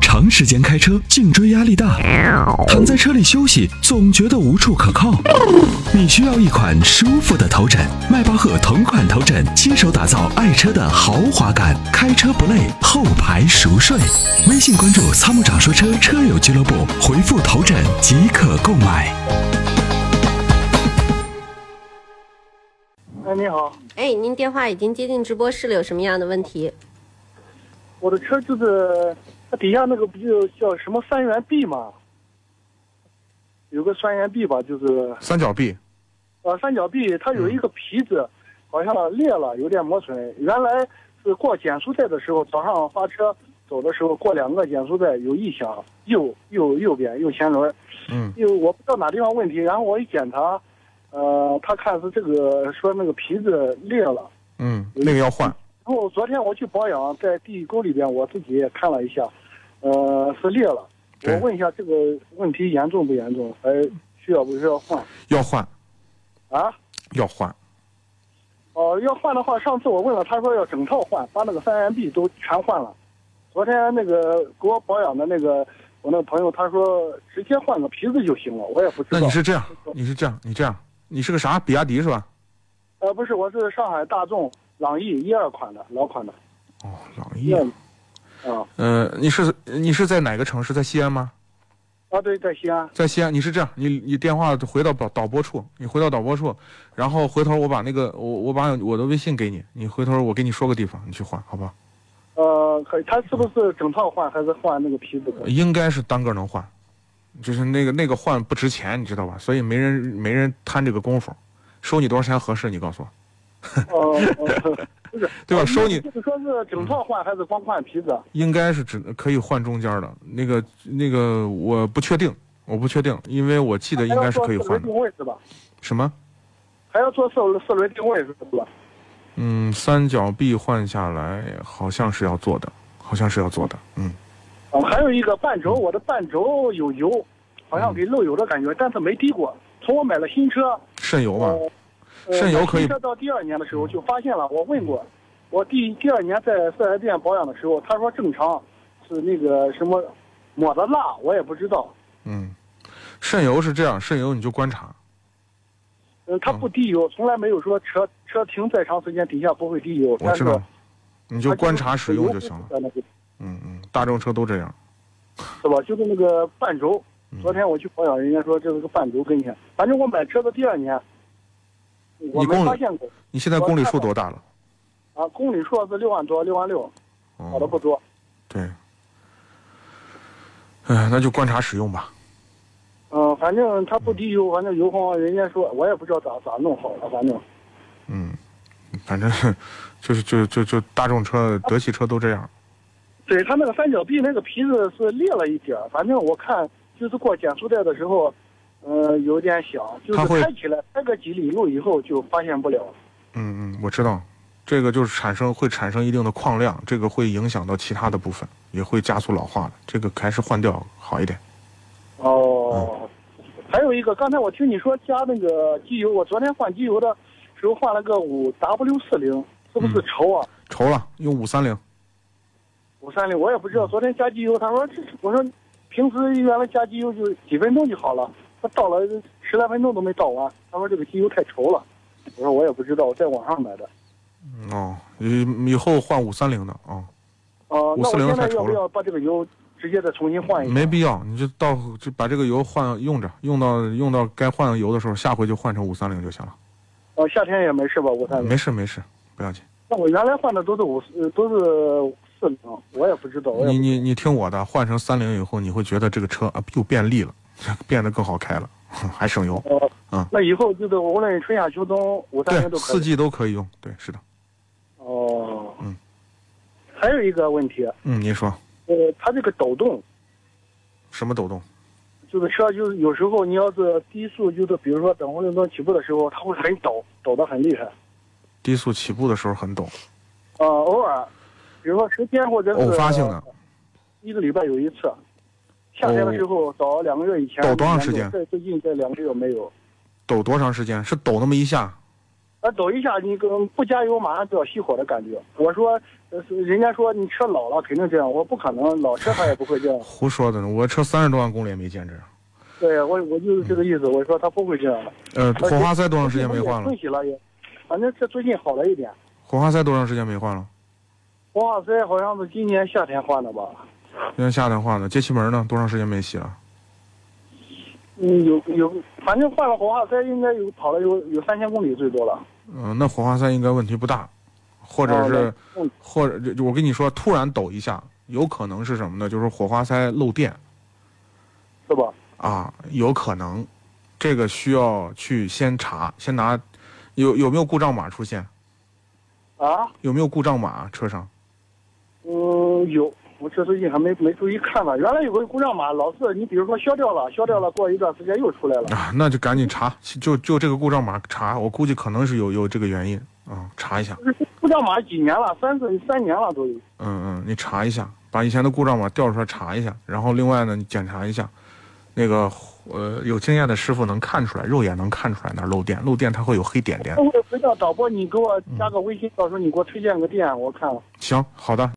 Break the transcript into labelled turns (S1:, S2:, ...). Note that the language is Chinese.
S1: 长时间开车，颈椎压力大，躺在车里休息总觉得无处可靠。你需要一款舒服的头枕，迈巴赫同款头枕，亲手打造爱车的豪华感，开车不累，后排熟睡。微信关注“参谋长说车”车友俱乐部，回复“头枕”即可购买。
S2: 哎，你好，
S3: 哎，您电话已经接进直播室了，有什么样的问题？
S2: 我的车就是它底下那个不就叫什么三元臂嘛，有个三元臂吧，就是
S4: 三角臂，
S2: 呃三角臂，它有一个皮子好像裂了，有点磨损。原来是过减速带的时候，早上发车走的时候过两个减速带有异响，右右右边右前轮，
S4: 嗯，
S2: 因为我不知道哪地方问题，然后我一检查，呃，他看是这个说那个皮子裂了。
S4: 嗯，那个要换，
S2: 然后昨天我去保养，在地沟里边我自己也看了一下，呃，是裂了。
S4: 对
S2: 我问一下这个问题严重不严重，还需要不需要换
S4: 要换，
S2: 啊？
S4: 要换，
S2: 哦、要换的话，上次我问了，他说要整套换，把那个三元臂都全换了。昨天那个给我保养的那个我那个朋友，他说直接换个皮子就行了，我也不知
S4: 那
S2: 道。
S4: 你是这样，你是这样，你这样，你是个啥？比亚迪是吧？
S2: 呃，不是，我是上海大众朗逸一二款的老款的，
S4: 哦，朗
S2: 一
S4: 逸
S2: 二，啊
S4: 呃，你是你是在哪个城市？在西安吗？
S2: 啊，对，在西安。
S4: 在西安，你是这样，你你电话回到导导播处，你回到导播处，然后回头我把那个我我把我的微信给你，你回头我给你说个地方，你去换，好吧？
S2: 呃，可以，他是不是整套换还是换那个皮 子可以？
S4: 应该是单个能换，就是那个那个换不值钱，你知道吧？所以没人没人贪这个功夫，收你多少钱合适？你告诉我，
S2: 哦、呃，不是，
S4: 对吧？收你
S2: 就是说是整套换还是光换皮子？
S4: 应该是只可以换中间的那个那个，我不确定，我不确定，因为我记得应该是可以换
S2: 还要做四轮
S4: 的。
S2: 定位是吧？
S4: 什么？
S2: 还要做四轮四轮定位是吧？
S4: 嗯，三角臂换下来好像是要做的，好像是要做的。嗯，
S2: 啊、还有一个半轴，我的半轴有油，好像给漏油的感觉，但是没滴过。从我买了新车，
S4: 渗油吧。
S2: 呃，呃
S4: 渗油可
S2: 买
S4: 以
S2: 新车到第二年的时候就发现了，我问过，我第第二年在四 S 店保养的时候，他说正常，是那个什么抹的蜡，我也不知道。
S4: 嗯，渗油是这样，渗油你就观察。
S2: 嗯，它不滴油，从来没有说车车停再长时间底下不会滴油。啊
S4: 我知道
S2: 但是，它
S4: 你就是观察使用就行了。
S2: 有那个
S4: 嗯嗯，大众车都这样。
S2: 是吧？就是那个半轴
S4: 嗯，
S2: 昨天我去保养，人家说这是个半轴跟前。反正我买车的第二年，我没
S4: 你公里
S2: 发现过
S4: 你现在公里数多大了？
S2: 啊，公里数是六万多，六万六，好的
S4: 哦，
S2: 不多。
S4: 对。哎，那就观察使用吧。
S2: 嗯，反正它不滴油，反正油耗人家说我也不知道咋咋弄好了，反正
S4: 嗯，反正 就是就就就大众车、德系车都这样。
S2: 对它那个三角臂那个皮子是裂了一点儿，反正我看就是过减速带的时候，呃，有点响，就
S4: 它会
S2: 是开起来开个几里路以后就发现不了。
S4: 嗯嗯，我知道，这个就是产生会产生一定的矿量，这个会影响到其他的部分，也会加速老化的。这个还是换掉好一点。
S2: 哦，
S4: 嗯
S2: 还有一个，刚才我听你说加那个机油，我昨天换机油的时候换了个五 W 四零，是不是
S4: 嗯
S2: 稠啊？
S4: 愁了，用五三零。
S2: 五三零我也不
S4: 嗯
S2: 知道。昨天加机油，他说这是我说平时原来加机油就几分钟就好了，他倒了十来分钟都没倒完，他说这个机油太稠了。我说我也不知道，我在网上买的。
S4: 哦，以以后换五三零的啊、
S2: 哦、那我
S4: 540
S2: 现在
S4: 太稠了
S2: 要不要把这个油直接再重新换一下？
S4: 没必要，你就到就把这个油换用着，用到用到该换油的时候，下回就换成五三零就行了。
S2: 哦，夏天也没事吧？五三零
S4: 没。事没事，不要紧。
S2: 那我原来换的都是五四，都是四零，我也不知道。我也不
S4: 你你你听我的，换成三菱以后，你会觉得这个车啊又便利了， 变得更好开了， 还省油。
S2: 哦，
S4: 嗯
S2: 那以后就是无论春夏秋冬，五三零
S4: 对，
S2: 都可
S4: 四
S2: 以。
S4: 季都可以用。对，是的。
S2: 哦，
S4: 嗯。
S2: 还有一个问题，
S4: 嗯，您说
S2: 呃，它这个抖动，
S4: 什么抖动？
S2: 就是车就是有时候你要是低速，就是比如说等红绿灯起步的时候，它会很抖，抖得很厉害。
S4: 低速起步的时候很抖，
S2: 呃，偶尔，比如说十天或者是
S4: 偶发性
S2: 啊
S4: 的，
S2: 一个礼拜有一次。夏天的时候，早两个月以前
S4: 哦抖多长时间
S2: 在最近这两个月没有，
S4: 抖多长时间？是抖那么一下，
S2: 啊，走一下，你跟不加油马上就要熄火的感觉。我说，呃人家说你车老了肯定这样，我说不可能，老车它也不会 这样。
S4: 胡说的呢！我车三十多万公里也没见这样。
S2: 对我我就是这个意思，我说它不会这样的。
S4: 呃，火花塞多嗯长时间没换了
S2: 分？析了也，反正这最近好了一点。
S4: 火花塞多长时间没换了？
S2: 火花塞好像是今年夏天换的吧？
S4: 今天夏天换的。节气门呢？多长时间没洗了？
S2: 嗯，有有，反正换了火花塞应该有跑了有有三千公里最多了。
S4: 嗯、那火花塞应该问题不大，或者是，
S2: 哦嗯
S4: 或者就我跟你说，突然抖一下，有可能是什么呢？就是火花塞漏电
S2: 是吧？
S4: 啊，有可能，这个需要去先查，先拿有有没有故障码出现？
S2: 啊，
S4: 有没有故障码车上？
S2: 嗯，有。我这最近还没没注意看呢，原来有个故障码，老是你比如说消掉了，消掉了，过一段时间又出来了。
S4: 啊，那就赶紧查，就就这个故障码查，我估计可能是有有这个原因啊，查一下，
S2: 故障码几年了，三四三年了都有。
S4: 嗯嗯，你查一下，把以前的故障码调出来查一下，然后另外呢，你检查一下，那个呃有经验的师傅能看出来，肉眼能看出来哪儿漏电，漏电它会有黑点点。
S2: 那我回到导播，你给我加个微信，到时候你给我推荐个店，我看。
S4: 行，好的，